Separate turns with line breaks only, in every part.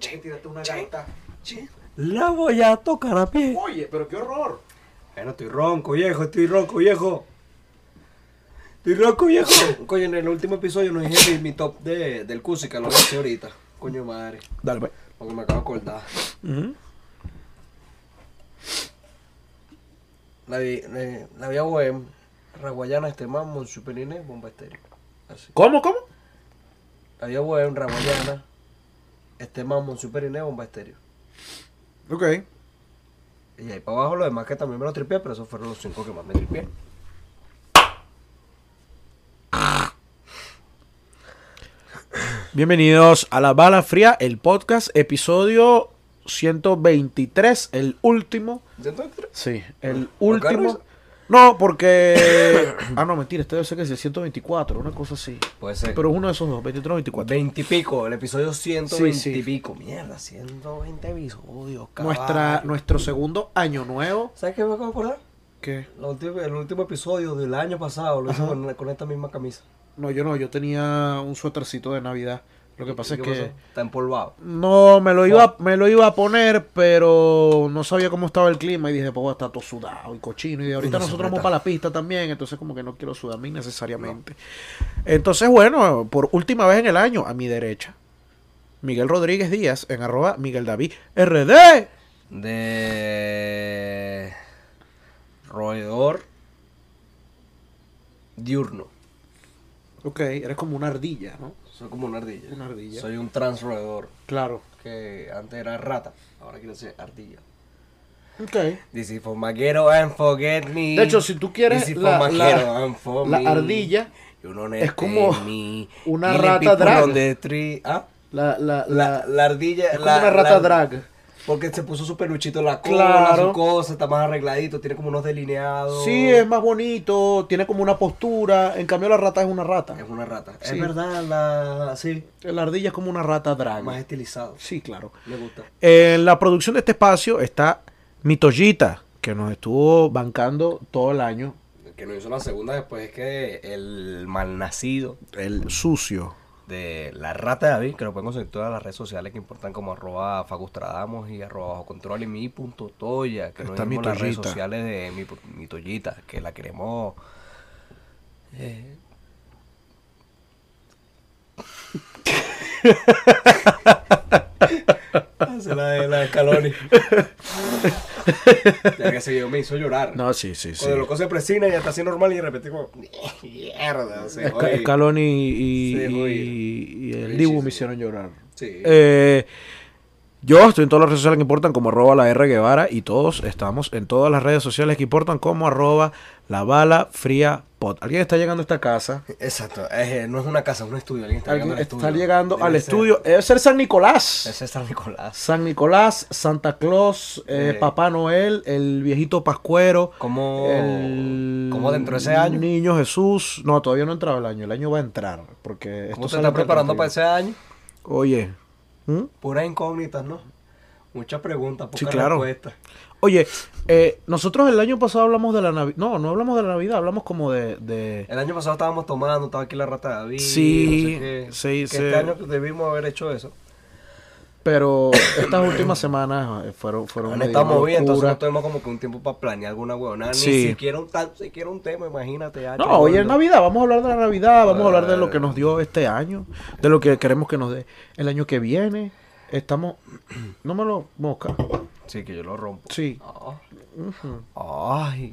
que tírate una
Che.
gata.
Che,
La voy a tocar a pie.
Oye, pero qué horror.
Bueno, estoy ronco, viejo, estoy ronco, viejo. Estoy ronco, viejo. Coño, en el último episodio no dije mi, mi top de, del Cusica, lo voy a decir ahorita. Coño de madre,
Dale, pues.
porque me acabo de acordar.
Ujú.
La, vi- eh, la vía bohem, Raguayana, este Estemán, Monsuperine, Bomba Estéreo. Así.
¿Cómo, cómo?
La vía bohem, Raguayana, este Estemán, Monsuperine, Bomba Estéreo.
Ok.
Y ahí para abajo lo demás que también me lo tripié, pero esos fueron los cinco que más me tripié.
Bienvenidos a La Bala Fría, el podcast, episodio 123, el último. Sí, el último.
carros?
No, porque. Ah, no, mentira, este debe ser que es el 124, una cosa así.
Puede ser.
Pero uno de esos dos, 23 o 24.
20 y pico, el episodio 120
Sí, sí.
y pico. Mierda, 120 episodios, cabrón.
Nuestra, nuestro segundo año nuevo.
¿Sabes qué me acabo de acordar?
¿Qué?
La ulti- el último episodio del año pasado lo hice con, con esta misma camisa.
No, yo no, yo tenía un suétercito de Navidad. Lo que pasa es
¿Qué
que.
pasó? Está empolvado.
No, me lo, iba, me lo iba a poner, pero no sabía cómo estaba el clima y dije, pues está todo sudado y cochino. Y ahorita
No se
nosotros vamos
presta.
para la pista también, entonces como que no quiero sudar a mí necesariamente. Entonces, bueno, por última vez en el año, a mi derecha, Miguel Rodríguez Díaz, en arroba Miguel David RD.
De. Roedor. Diurno.
Ok, eres como una ardilla, ¿no?
Soy como una ardilla.
Una ardilla.
Soy un transroedor.
Claro.
Que antes era rata. Ahora quiero ser ardilla.
Ok. De
This is for Maguero and forget me.
hecho, si tú quieres,
This is for
la,
Maguero
la-
and for
la
me.
ardilla,
You don't
es como
understand me.
una
Many
rata
people
drag.
on the tree. ¿Ah?
la, la,
La,
la-
la ardilla.
es como
la-
una rata
la-
drag.
Porque se puso su peluchito en la cola,
Claro.
su cosa, está más arregladito, tiene como unos delineados.
Sí, es más bonito, tiene como una postura. En cambio, la rata es una rata.
Es una rata.
Sí.
Es verdad, la... sí,
La ardilla es como una rata drag.
más estilizado.
Sí, claro.
Me gusta.
En la producción de este espacio está mi Toyita, que nos estuvo bancando todo el año.
El que nos hizo la segunda después es que el malnacido
El sucio.
de la rata de David, que lo pueden conseguir en todas las redes sociales que importan como arroba fagustradamos y arroba bajo control y mi punto toya, que nos
Está mi
dimos las redes
Toyita.
sociales de mi, pu- mi toyita, que la queremos... eh, Esa es la de la de Scaloni. ya que ese video me hizo llorar.
No, sí, sí, sí.
Cuando el loco se presina y está así normal y de repente como... Mierda, o sea,
Esca-
oye.
Escalón y, y-
Sí,
y-
oye.
y el
Sí,
Dibu
sí,
me
sí.
hicieron llorar.
Sí.
Eh, yo estoy en todas las redes sociales que importan como arroba la R Guevara y todos estamos en todas las redes sociales que importan como arroba la bala fría pot. Alguien está llegando a esta casa.
Exacto, eh, no es una casa, es un estudio. Alguien está
Alguien
llegando al estudio.
está llegando
Debe
al
ser-
estudio. Debe ser San Nicolás.
Ese es San Nicolás.
San Nicolás, Santa Claus, eh,
Eh.
Papá Noel, el viejito Pascuero.
¿Cómo,
el
cómo dentro de ese año?
Niño Jesús. No, todavía no ha entrado el año. El año va a entrar. Porque
¿Cómo
esto
te
sale
estás preparando
el
para
31.
ese año?
Oye. ¿Mm?
Puras incógnitas, ¿no? Muchas preguntas, pocas
Sí, claro.
respuestas.
Oye, eh, nosotros el año pasado hablamos de la Navidad. No, no hablamos de la Navidad, hablamos como de. de-
El año pasado estábamos tomando, estaba aquí la rata de David.
Sí,
no sé qué.
sí,
Que
sí.
Este año debimos haber hecho eso.
Pero estas últimas semanas eh, fueron. fueron
Han
medio
estado movidos, entonces
locura.
no tuvimos como que un tiempo para planear alguna huevonada.
Sí.
Ni siquiera un, tan, siquiera un tema, imagínate. hacha,
No, hoy es
gordo.
Navidad, vamos a hablar de la Navidad, vamos a hablar de lo que
Claro.
nos dio este año, de lo que queremos que nos dé el año que viene. Estamos... No me lo mosca.
Sí, que yo lo rompo.
Sí.
Ah. Ay.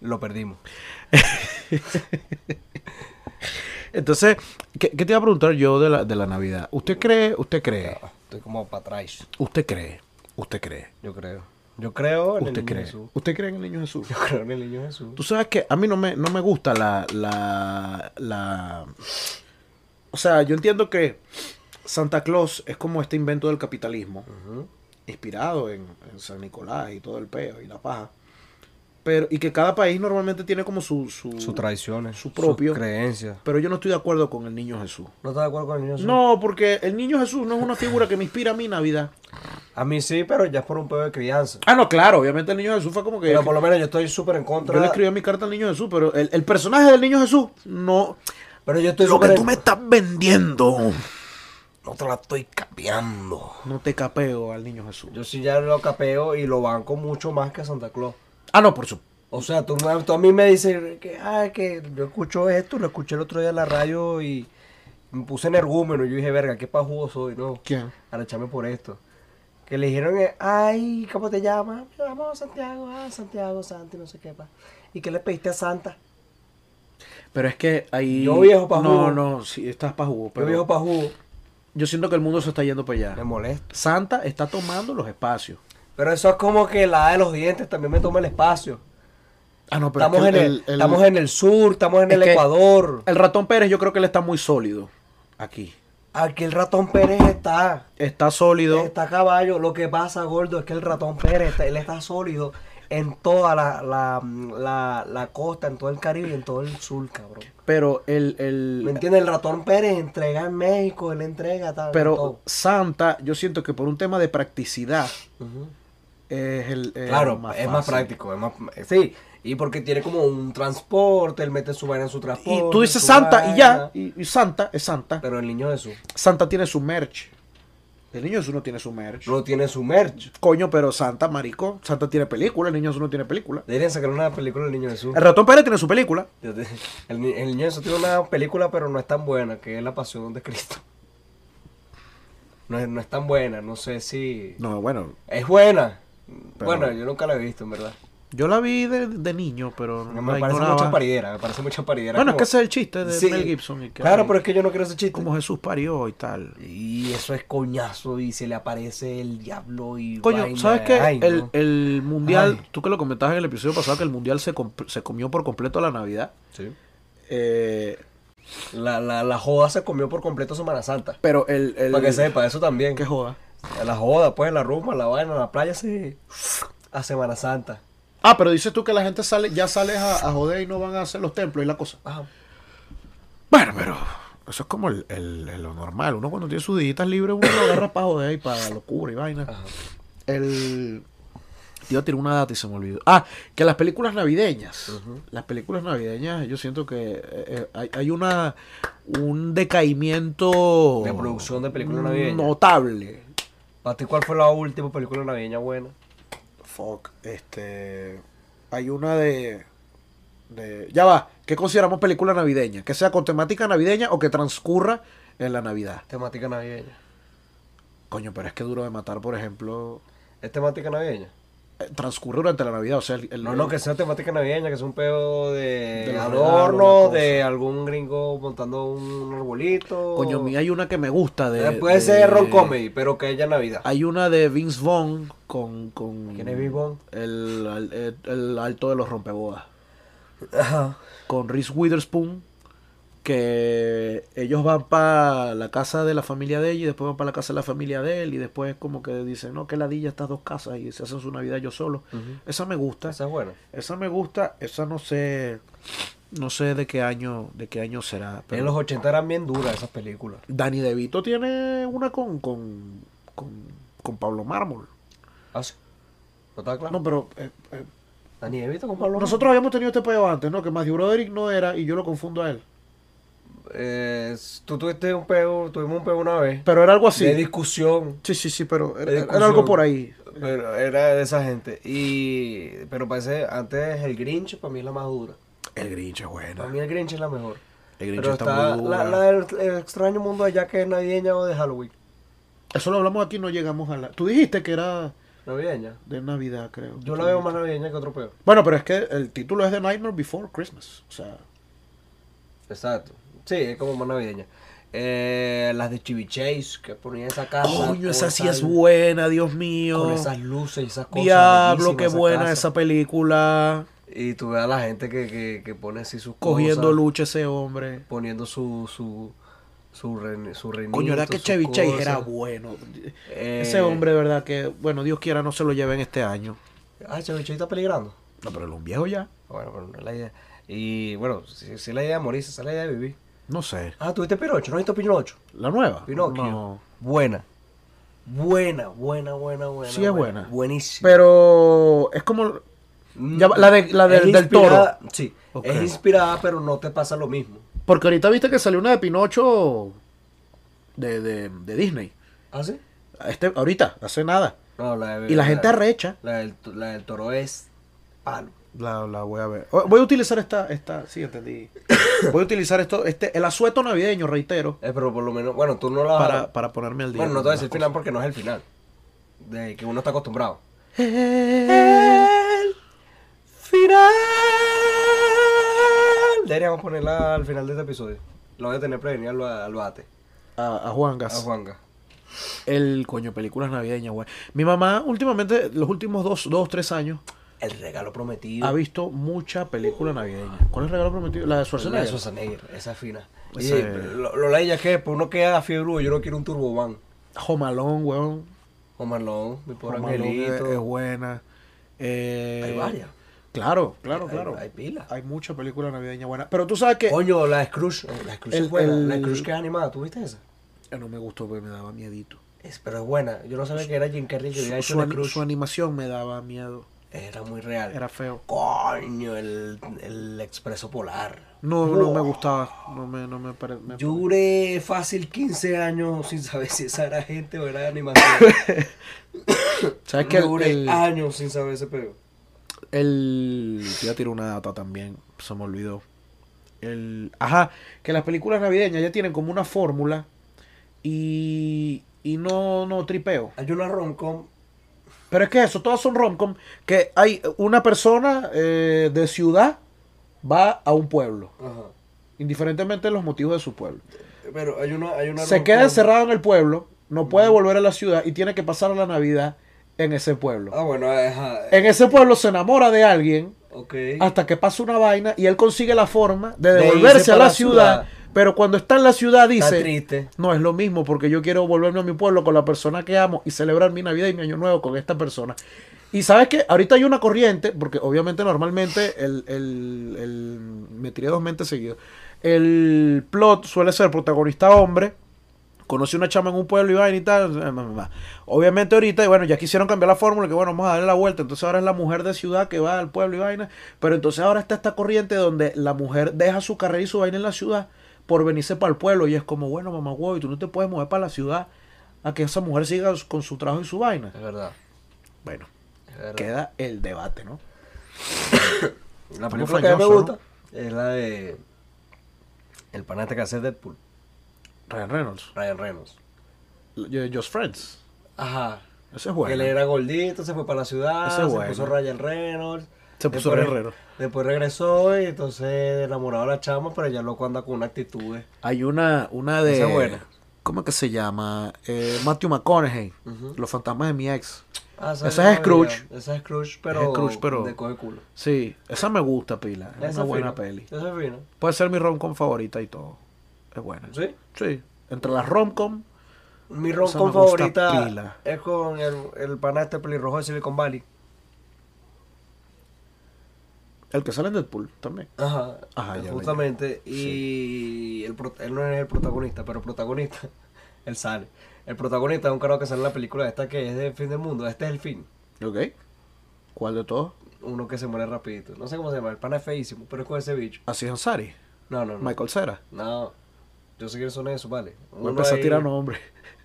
Lo perdimos.
Entonces, ¿qué, qué te iba a preguntar yo de la, de la Navidad? ¿Usted cree, usted cree,
Ah, Estoy como para atrás,
usted cree, usted cree,
yo creo. Yo creo en el
usted
niño
cree,
Jesús.
usted cree en el niño Jesús?
Yo creo en el niño Jesús.
Tú sabes que a mí no me, no me gusta la, la, la... O sea, yo entiendo que Santa Claus es como este invento del capitalismo.
Ujú.
inspirado en, en San Nicolás y todo el peo y la paja. Pero, y que cada país normalmente tiene como su, su,
Sus tradiciones,
su propio.
sus creencias.
Pero yo no estoy de acuerdo con el niño Jesús.
¿No estás de acuerdo con el niño Jesús?
No, porque el niño Jesús no es una figura que me inspira a mi Navidad.
A mí sí, pero ya es por un pedo de crianza.
Ah, no, claro, obviamente el niño Jesús fue como que.
Pero por lo menos yo estoy súper en
yo
contra.
le escribí mi carta al niño Jesús, pero el, el personaje del niño Jesús no.
Pero yo estoy
Lo que
súper
tú
en-
me estás vendiendo
No te la estoy capeando.
No te capeo al niño Jesús.
Yo sí ya lo capeo y lo banco mucho más que a Santa Claus.
Ah, no, por supuesto.
O sea, tú, me- tú a mí me dices que, ah, que yo escucho esto, lo escuché el otro día en la radio y me puse energúmeno. Yo dije, verga, qué pajudo soy, ¿no?
¿Quién?
Arrechame por esto. Que le dijeron, eh, ay, ¿cómo te llamas? Me llamo Santiago, ah, Santiago, Santi, no sé qué pa. ¿Y qué le pediste a Santa?
Pero es que ahí.
Yo viejo pa'
No,
jugo.
no, sí, estás pa' jugo.
Yo
Pero
viejo pajudo.
yo siento que el mundo se está yendo para
Me
allá.
molesto.
Santa está tomando los espacios.
Pero eso es como que la de los dientes también me toma el espacio.
Ah, no, pero es
Estamos,
que
en el, estamos en el sur, estamos en
es
el
que-
Ecuador.
el ratón Pérez, yo creo que él está muy sólido aquí.
Aquí el ratón Pérez está.
Está sólido.
Está a caballo. Lo que pasa, gordo, es que el ratón Pérez, está- él está sólido en toda la, la, la- la costa, en todo el Caribe y en todo el sur, cabrón.
Pero el, el-
¿Me entiendes? El ratón Pérez entrega en México, él entrega tal.
pero
todo.
Santa, yo siento que por un tema de practicidad
Ujú.
es el es
Claro,
el
es más
eh, fácil.
práctico, es más, eh, sí. Y porque tiene como un transporte, él mete su vaina en su
Y
transporte.
tú dices
su
Santa y ya,
vaina.
y, y Santa es Santa.
Pero el niño Jesús
Santa tiene su merch. El niño Jesús no tiene su merch.
no tiene su merch.
Coño, pero Santa, marico. Santa tiene película, el niño Jesús no tiene película.
Deberían sacar una película del niño Jesús.
El ratón Pérez tiene su película.
El, ni- el niño Jesús tiene una película, pero no es tan buena, que es La Pasión de Cristo. No es, no es tan buena, no sé si.
No, bueno,
Es buena.
Pero-
Bueno, yo nunca la he visto, en verdad.
yo la vi de, de niño, pero no
Me
la
parece
ignoraba.
mucha paridera, me parece mucha paridera.
Bueno, es
como-
que ese es el chiste de
Sí.
Mel Gibson. y que
Claro,
hay-
pero es que este yo no quiero ese chiste.
Como Jesús parió y tal.
Y eso es coñazo y se le aparece el diablo y
Coño,
vaina.
¿sabes qué?
Ay,
el,
no.
el mundial,
Ay.
tú que lo comentabas en el episodio pasado, que el mundial se, comp- se comió por completo la Navidad. Eh,
La, la, la joda se comió por completo Semana Santa.
pero el. el
Para que sepa, eso también.
¿Qué joda?
La joda, pues, la rumba, la vaina, la playa se... A Semana Santa.
Ah, pero dices tú que la gente sale, ya sales a, a joder y no van a hacer los templos y la cosa.
Ah,
Bueno, pero eso es como el, el- el- lo normal. Uno cuando tiene sus dígitas libres, uno lo agarra para joder y para locura y vaina.
Ajá.
El. Tío, tiró una data y se me olvidó. Ah, que las películas navideñas. Las películas navideñas, yo siento que eh, eh, hay, hay una un decaimiento.
De producción de películas navideñas.
Notable.
¿Para ti cuál fue la última película navideña buena?
Fuck. Este. Hay una de. de- ya va. ¿Qué consideramos película navideña? Que sea con temática navideña o que transcurra en la Navidad.
Temática navideña.
Coño, pero es que Duro de Matar, por ejemplo,
¿Es temática navideña?
eh, transcurre durante la Navidad. O sea, el, el-
No, no, que sea temática navideña, que sea un pedo de,
De los regalos,
adorno,
una
de algún gringo montando un arbolito.
Coño, mí hay una que me gusta de.
Eh, puede
de-
ser roll comedy, pero que haya Navidad.
Hay una de Vince Vaughn con. con
¿Quién es Vince Vaughn?
El, al- el- el alto de los rompebodas.
Ajá.
Con Reese Witherspoon. Que ellos van para la casa de la familia de ella y después van para la casa de la familia de él. Y después, como que dicen, no, que ladilla estas dos casas y se hacen su Navidad yo solo. Esa me gusta.
Esa es buena.
Esa me gusta, esa no sé, no sé de qué año, de qué año será.
En
Pero
los 80 eran bien duras esas películas.
Danny DeVito tiene una con, con, con, con Pablo Mármol.
¿Ah, sí? ¿No está claro?
No, pero eh, eh,
Dani Evito con Pablo
nosotros habíamos tenido este peo antes, ¿no? Que Matthew Broderick no era y yo lo confundo a él.
Romo. Eh, tú tuviste un peo, tuvimos un peo una vez.
Pero era algo
De
así.
discusión.
Sí, sí, sí, pero era,
de
era
discusión.
algo por ahí.
Pero era de esa gente. Y. Pero parece, antes el Grinch para mí es la más dura.
El Grinch es
Para
bueno.
mí el Grinch es la mejor.
El Grinch
pero
está
está,
muy
la,
dura.
la del el extraño mundo allá que es navideña o de Halloween.
Eso lo hablamos aquí, no llegamos a la... Tú dijiste que era
Navideña.
de Navidad, creo.
Yo la veo más navideña que otro peo.
Bueno, pero es que el título es The Nightmare Before Christmas. O sea,
Exacto. Sí, es como más navideña. Eh, las de Chevy Chase, que ponía esa casa.
Coño, esa
con
sí es
Ah, esa-
buena, Dios mío.
Con esas luces y esas cosas.
Diablo,
bellísima
qué buena
casa.
esa película.
Y tú ves a la gente que, que, que pone así sus
Cogiendo
cosas,
lucha ese hombre.
Poniendo su. su su, ren, su renito,
Coño, era que
sus
Chevy Chase
cosas.
era bueno.
Eh,
Ese hombre, de verdad, que, bueno, Dios quiera no se lo lleven este año.
Ah, Chevy Chase está peligrando.
No, pero él es un viejo ya.
Bueno, pero no es la idea. Y bueno, si, si es la idea de morirse, esa es la idea de vivir.
No sé.
Ah, ¿tuviste Pinocho? ¿No has visto Pinocho?
¿La nueva?
Pinocchio.
No.
Buena. Buena, buena, buena, buena.
Sí es buena.
Buenísima. Mm,
Pero es como... Ya va- la de- la de-
Es
del
inspirada- Sí,
Ok.
es inspirada, pero no te pasa lo mismo.
Porque ahorita viste que salió una de Pinocho de, de- de Disney.
¿Ah, sí?
Este, ahorita, hace nada.
No, la de-
Y la gente arrecha.
La del, to- la del toro es palo.
La, la voy a ver. O- Voy a utilizar esta, esta, sí, entendí. Voy a utilizar esto, este, el asueto navideño, reitero,
Eh, pero por lo menos, bueno, tú no la
para, para ponerme al día.
Bueno, no te
con
voy a decir el
las
final porque no es el final. De que uno está acostumbrado.
cosas. El final.
Deberíamos ponerla al final de este episodio. Lo voy a tener prevenido al, al bate.
A, a
A
Juangas.
Juanga.
El coño, películas navideñas, güey. Mi mamá, últimamente, los últimos dos, dos, tres años,
El regalo prometido.
ha visto mucha película navideña. ¿Cuál es el regalo prometido? La de
La de
Schwarzenegger.
Schwarzenegger, esa es fina.
Pues,
y,
eh,
lo, lo leí ya que pues uno queda fiebre, yo no quiero un turboban.
Jomalón, weón.
O Marlon, mi pobre
Home Alone es,
angelito.
es buena. Eh,
Hay varias.
Claro, claro,
Hay-
claro.
hay pila.
Hay mucha película navideña buena. Pero tú sabes que.
Coño, la de Scrooge. eh, La de Scrooge
Eh, El-
es buena. La de
el-
Scrooge que es animada, ¿tú viste esa?
Eh, No me gustó porque me daba miedito.
Es, pero es buena. Yo no sabía que era Jim Carrey que había
Su,
hecho
su
la
ani-
Scrooge.
su animación me daba miedo.
Era muy real.
Era feo.
Coño, el, el expreso polar.
No, no me gustaba. No me, no me, pare- me-
Yo duré fácil 15 años sin saber si esa era gente o era animación.
¿Sabes que el,
duré
el-
años sin saber ese pedo.
el- Te iba a tirar una data también. Se me olvidó. El... Ajá, que las películas navideñas ya tienen como una fórmula y, y no, no tripeo.
Hay una romcom.
Pero es que eso, todas son romcom, que hay una persona eh, de ciudad va a un pueblo,
Ajá.
indiferentemente de los motivos de su pueblo.
Pero hay una, hay una
Se
rom-com.
queda encerrado en el pueblo, no puede volver a la ciudad y tiene que pasar la Navidad en ese
Ah,
pueblo.
bueno, ajá.
En ese pueblo se enamora de alguien
Ok.
hasta que pasa una vaina y él consigue la forma de
De irse
devolverse a
para
la
la
ciudad, pero cuando está en la ciudad
Está
dice...
triste.
No es lo mismo porque yo quiero volverme a mi pueblo con la persona que amo y celebrar mi Navidad y mi Año Nuevo con esta persona. Y sabes que ahorita hay una corriente, porque obviamente normalmente el, el- el- me tiré dos mentes seguidos. El plot suele ser protagonista hombre, conoce una chama en un pueblo y vaina y tal. bla, bla, bla. Obviamente ahorita, y bueno, ya quisieron cambiar la fórmula, que bueno, vamos a darle la vuelta. Entonces ahora es la mujer de ciudad que va al pueblo y vaina. Pero entonces ahora está esta corriente donde la mujer deja su carrera y su vaina en la ciudad por venirse para el pueblo. Y es como, bueno, mamá, huevo, y tú no te puedes mover para la ciudad a que esa mujer siga con su trabajo y su vaina.
Es verdad.
Bueno,
Es verdad.
queda el debate, ¿no?
La
Estamos
película que más me
fañosos,
gusta es la de. El panate que hace Deadpool.
Ryan Reynolds,
Ryan Reynolds.
Yo- Just Friends.
Ajá.
Ese es
Que él
bueno.
era gordito, se fue para la ciudad,
Ese es
se
bueno.
puso Ryan Reynolds.
Se puso
Después-
Ryan Reynolds.
Después regresó y entonces enamorado de la chama, pero ya loco anda con una actitud. eh.
Hay una, una de.
Esa es buena.
¿Cómo que se llama? Eh, Matthew McConaughey.
Ujú.
Los fantasmas de mi ex.
Ah,
Esa es
no la
Scrooge.
veía. Esa es Scrooge, pero,
Scrooge, pero-
de coge culo.
Sí, esa me gusta, pila.
Esa
Es una
es
buena
fina.
peli.
Esa es fina.
Puede ser mi romcom favorita y todo. Es buena.
¿Sí?
Sí. Entre las romcom.
Mi
Esa me
romcom
gusta
favorita
pila.
es con el, el pana este pelirrojo de Silicon Valley.
El que sale en Deadpool también.
Ajá,
Ajá, ya,
justamente. Y el pro- él no es el protagonista, pero el protagonista, él sale. El protagonista es un carajo que sale en la película esta que es de Fin del Mundo. Este es el fin.
¿Ok? ¿Cuál de todos?
Uno que se muere rapidito. No sé cómo se llama, el pana es feísimo, pero es con ese bicho.
Así Ansari.
No, no, no.
Michael Cera.
No, yo sé que son eso, vale.
Voy
Uno
a empezar
ahí-
a tirar nombres.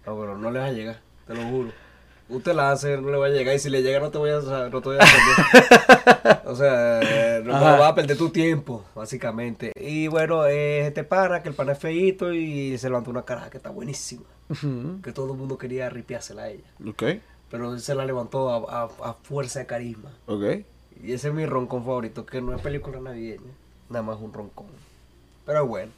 No, pero no le va a llegar, te lo juro. Usted la hace, no le va a llegar. Y si le llega, no te voy a, no te voy a responder. o sea, eh, no
Ajá.
vas a perder tu tiempo, básicamente. Y bueno, eh, este pana, que el pana es feíto y se levantó una caraja que está buenísima.
Ujú.
Que todo el mundo quería ripiársela a ella.
Ok.
Pero él se la levantó a, a- a fuerza de carisma.
Ok.
Y ese es mi roncón favorito, que no es película navideña, nada más un roncón. Pero bueno,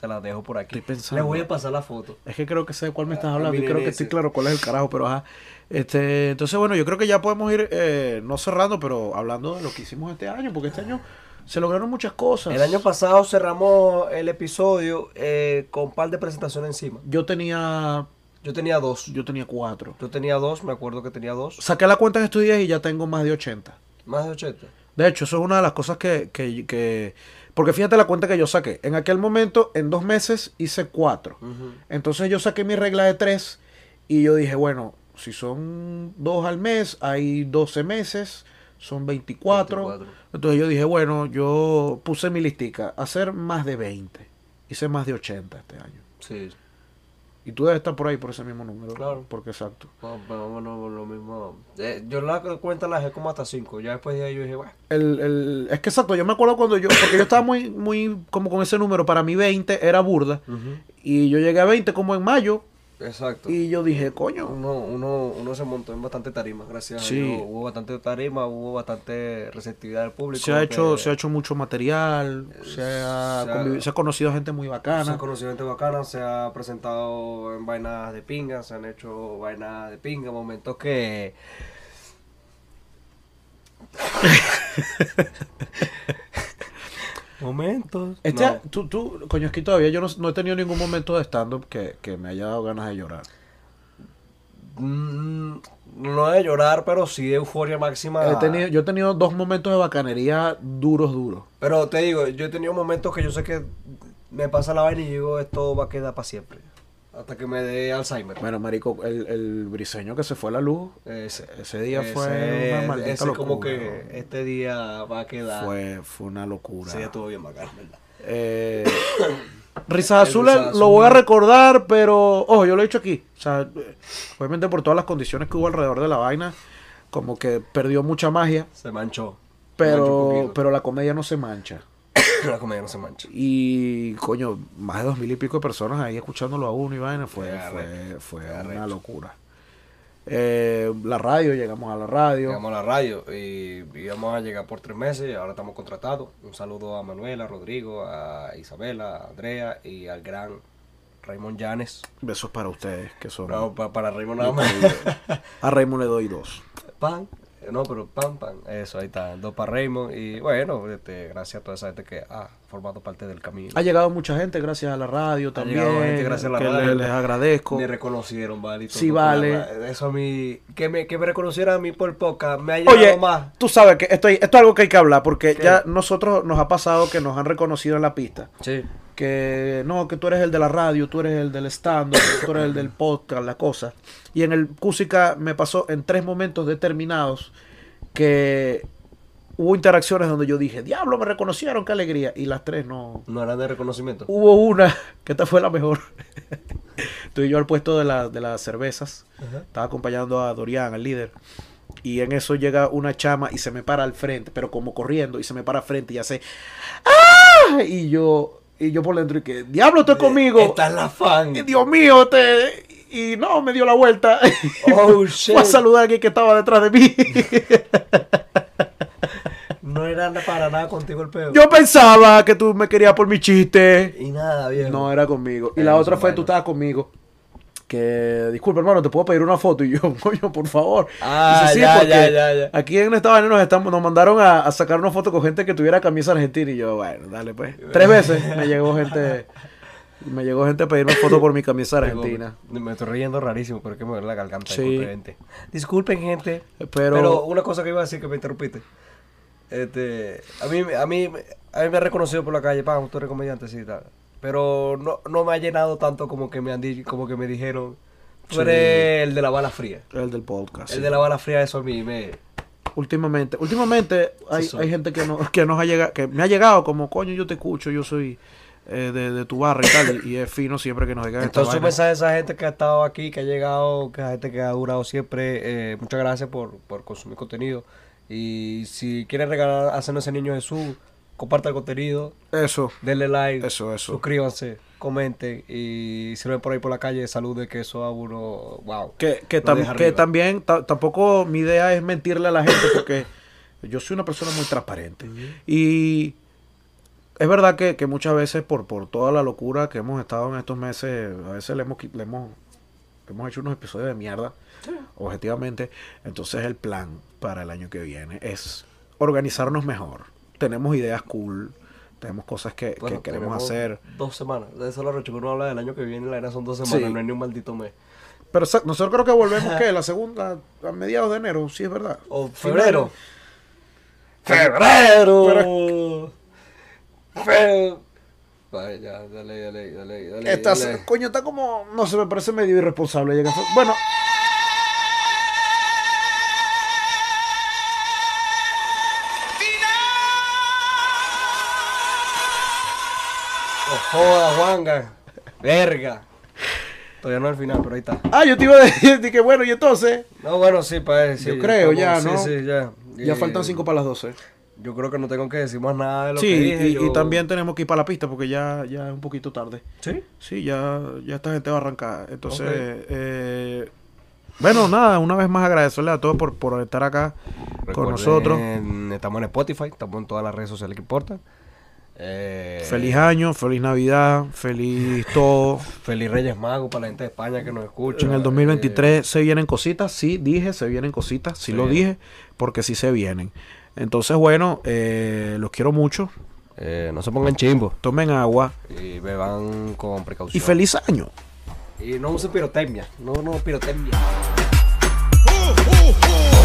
se la dejo por aquí.
Estoy pensando.
Les voy a pasar la foto.
Es que creo que sé de cuál me estás
Ah,
hablando y
miren
creo que
ese.
estoy claro cuál es el carajo, pero ajá. Este, entonces, bueno, yo creo que ya podemos ir, eh, no cerrando, pero hablando de lo que hicimos este año, porque este año se lograron muchas cosas.
El año pasado cerramos el episodio eh, con un par de presentaciones encima.
Yo tenía,
Yo tenía dos.
yo tenía cuatro.
Yo tenía dos, me acuerdo que tenía dos.
Saqué la cuenta en estos días y ya tengo más de 80.
Más de 80.
De hecho, eso es una de las cosas que, que- que- Porque fíjate la cuenta que yo saqué. En aquel momento, en dos meses, hice cuatro.
Ujú.
Entonces yo saqué mi regla de tres y yo dije, bueno, si son dos al mes, hay 12 meses, son 24.
24.
Entonces yo dije, bueno, yo puse mi listica, hacer más de 20. Hice más de 80 este año.
Sí.
Y tú debes estar por ahí por ese mismo número.
Claro.
Porque exacto.
No, pero bueno, lo mismo. Eh, yo la cuenta la dejé como hasta 5. Ya después de ahí yo dije, bueno.
El, el- es que exacto, yo me acuerdo cuando yo, porque yo estaba muy, muy, como con ese número, para mí 20 era burda. Y yo llegué a 20 como en mayo.
Exacto.
Y yo dije, coño.
Uno, uno, uno se montó en bastante tarima, gracias
Sí.
a Dios. Hubo bastante tarima, hubo bastante receptividad del público.
Se ha, hecho,
que-
se ha hecho mucho material, se ha,
se ha-
convivi- se ha conocido gente muy
Se ha
bacana.
conocido gente bacana, se ha presentado en vainas de pinga, se han hecho vainas de pinga, momentos que. momentos.
Este,
No.
tú, tú, coño, es que todavía yo no, no he tenido ningún momento de stand-up que, que me haya dado ganas de llorar.
Mm, no de llorar, pero sí de euforia máxima.
He tenido, yo he tenido dos momentos de bacanería duros, duros.
Pero te digo, yo he tenido momentos que yo sé que me pasa la vaina y digo, esto va a quedar para siempre. Hasta que me dé Alzheimer.
Bueno, marico, el, el briseño que se fue a la luz
Ese,
ese día fue una maldita
ese como
locura,
que
¿no?
este día va a quedar.
fue, fue una locura.
Ese día estuvo bien bacán, ¿verdad?
Eh, Risas
El
Azules
Risas
eh, lo voy a
Azules.
recordar, pero ojo, yo lo he dicho aquí. O sea, eh, obviamente por todas las condiciones que hubo alrededor de la vaina, como que perdió mucha magia,
Se manchó. Manchó un
pero,
poquito.
pero la comedia no se mancha.
la comedia no se mancha.
Y coño, más de dos mil y pico de personas ahí escuchándolo a uno y vaina, fue,
Qué
fue,
arrecho,
fue
qué
una
arrecho.
locura. Eh, la radio, llegamos a la radio.
Llegamos a la radio y íbamos a llegar por tres meses, ahora estamos contratados. Un saludo a Manuela, a Rodrigo, a Isabela, a Andrea y al gran Raymond Llanes.
Besos para ustedes, que son.
No, pa- para Raymond nada más.
A Raymond le doy dos.
pan. eh, No, pero pan, pan. Eso, ahí está. Dos para Raymond. Y bueno, este, gracias a toda esa gente que ha formado parte del camino.
Ha llegado mucha gente gracias a la radio también.
llegado gente gracias a la
que le-
radio.
les agradezco.
Me reconocieron, vale. y todo
Sí,
por
vale.
la- Eso a mí. Que me, que me reconocieran a mí por poca. Me ha llegado
Oye,
más.
tú sabes que esto, esto es algo que hay que hablar porque
¿Qué?
ya nosotros nos ha pasado que nos han reconocido en la pista.
Sí.
Que no, que tú eres el de la radio, tú eres el del stand tú eres el del podcast, la cosa. Y en el Cusica me pasó en tres momentos determinados que hubo interacciones donde yo dije, diablo, me reconocieron, qué alegría. Y las tres no,
No eran de reconocimiento.
Hubo una, que esta fue la mejor. Estuve yo al puesto de, la- de las cervezas. Estaba acompañando a Dorian, al líder. Y en eso llega una chama y se me para al frente, pero como corriendo, y se me para al frente y hace. ¡Ah! Y yo, y yo por dentro, y que, diablo, estoy conmigo.
Eh, Está la fan.
Y, Dios mío, te. Y no, me dio la vuelta.
Oh, shit.
Fue a saludar a alguien que estaba detrás de mí.
No era para nada contigo el pedo.
Yo pensaba que tú me querías por mi chiste.
Y nada, viejo.
No era conmigo. Y
Eh,
la
no
otra
son
fue, tú
buenos.
estabas conmigo. Que, disculpa, hermano, te puedo pedir una foto. Y yo, coño, por favor.
Ah, ya, ya, ya, ya.
Aquí en Estados Unidos nos, estamos, nos mandaron a, a sacar una foto con gente que tuviera camisa argentina. Y yo, bueno, dale, pues. Tres veces me llegó gente. Me llegó gente a pedirme foto por mi camisa argentina.
Me, me estoy riendo rarísimo, pero es que me duele la garganta.
Sí.
Disculpen, gente. Disculpen, gente.
Pero,
Pero, una cosa que iba a decir que me interrumpiste. Este, a mí, a mí, a mí me ha reconocido por la calle, pam, tú eres comediante, sí, tal. Pero no, no me ha llenado tanto como que me han dicho, como que me dijeron, tú
Sí.
eres el de la bala fría.
el del podcast. sí.
El de la bala fría, eso a mí me...
Últimamente, últimamente hay,
soy.
hay gente que, no, que nos ha llegado, que me ha llegado como, coño, yo te escucho, yo soy eh, de, de tu barrio y tal. Y, y es fino siempre que nos llegan estas
Entonces un
vainas.
mensaje a esa gente que ha estado aquí, que ha llegado, que es gente que ha durado siempre, eh, muchas gracias por, por consumir contenido. Y si quieres regalar, hacernos ese niño Jesús, comparte el contenido,
Eso.
Denle like,
Eso, eso.
suscríbanse, comenten y si lo ven por ahí por la calle, salude que eso a uno, wow.
Que, que,
Lo
tam-
deja
que
arriba.
también, ta- tampoco mi idea es mentirle a la gente porque yo soy una persona muy transparente. Y es verdad que, que muchas veces por, por toda la locura que hemos estado en estos meses, a veces le hemos, qui- le hemos, hemos hecho unos episodios de mierda, objetivamente. Entonces el plan para el año que viene es organizarnos mejor. Tenemos ideas cool, tenemos cosas que, que
Bueno,
queremos
tenemos
hacer.
Dos semanas, de eso lo recho que uno habla del año que viene, la era son dos semanas,
Sí.
no es ni un maldito mes.
Pero sa- nosotros creo que volvemos que la segunda, a mediados de enero, sí es verdad.
O
Finales-
febrero. ¡Febrero! Fe- Vale, ya, dale, dale, dale, dale.
Estás,
dale.
coño, está como, no sé, me parece medio irresponsable. llegar- Bueno, Oh,
No joda, Juanga. Verga. Todavía no al final, pero ahí está.
Ah, yo te iba a decir que bueno, y entonces.
No, bueno, sí, para eso.
Yo creo ya, ¿no?
Sí, sí, ya.
Ya
Eh,
faltan 5 para las 12.
Yo creo que no tengo que decir más nada de lo
Sí,
que dije.
y,
yo-
y también tenemos que ir para la pista porque ya, ya es un poquito tarde.
Sí.
Sí, ya, ya esta gente va a arrancar. Entonces, eh, bueno, nada, una vez más agradecerle a todos por, por estar acá con
Recuerden,
nosotros.
Estamos en Spotify, estamos en todas las redes sociales que importan. Eh,
Feliz año, feliz Navidad, feliz todo.
Feliz Reyes Magos para la gente de España que nos escucha.
En el 2023 se vienen cositas, sí, dije, se vienen cositas, sí
Se
lo
vienen.
dije, porque sí se vienen. Entonces, bueno, eh, los quiero mucho,
Eh, eh, no se pongan chimbo.
tomen agua
Y beban con precaución.
y feliz año.
Y no usen pirotecnia. No, no, pirotecnia.
Ooh, ooh, ooh.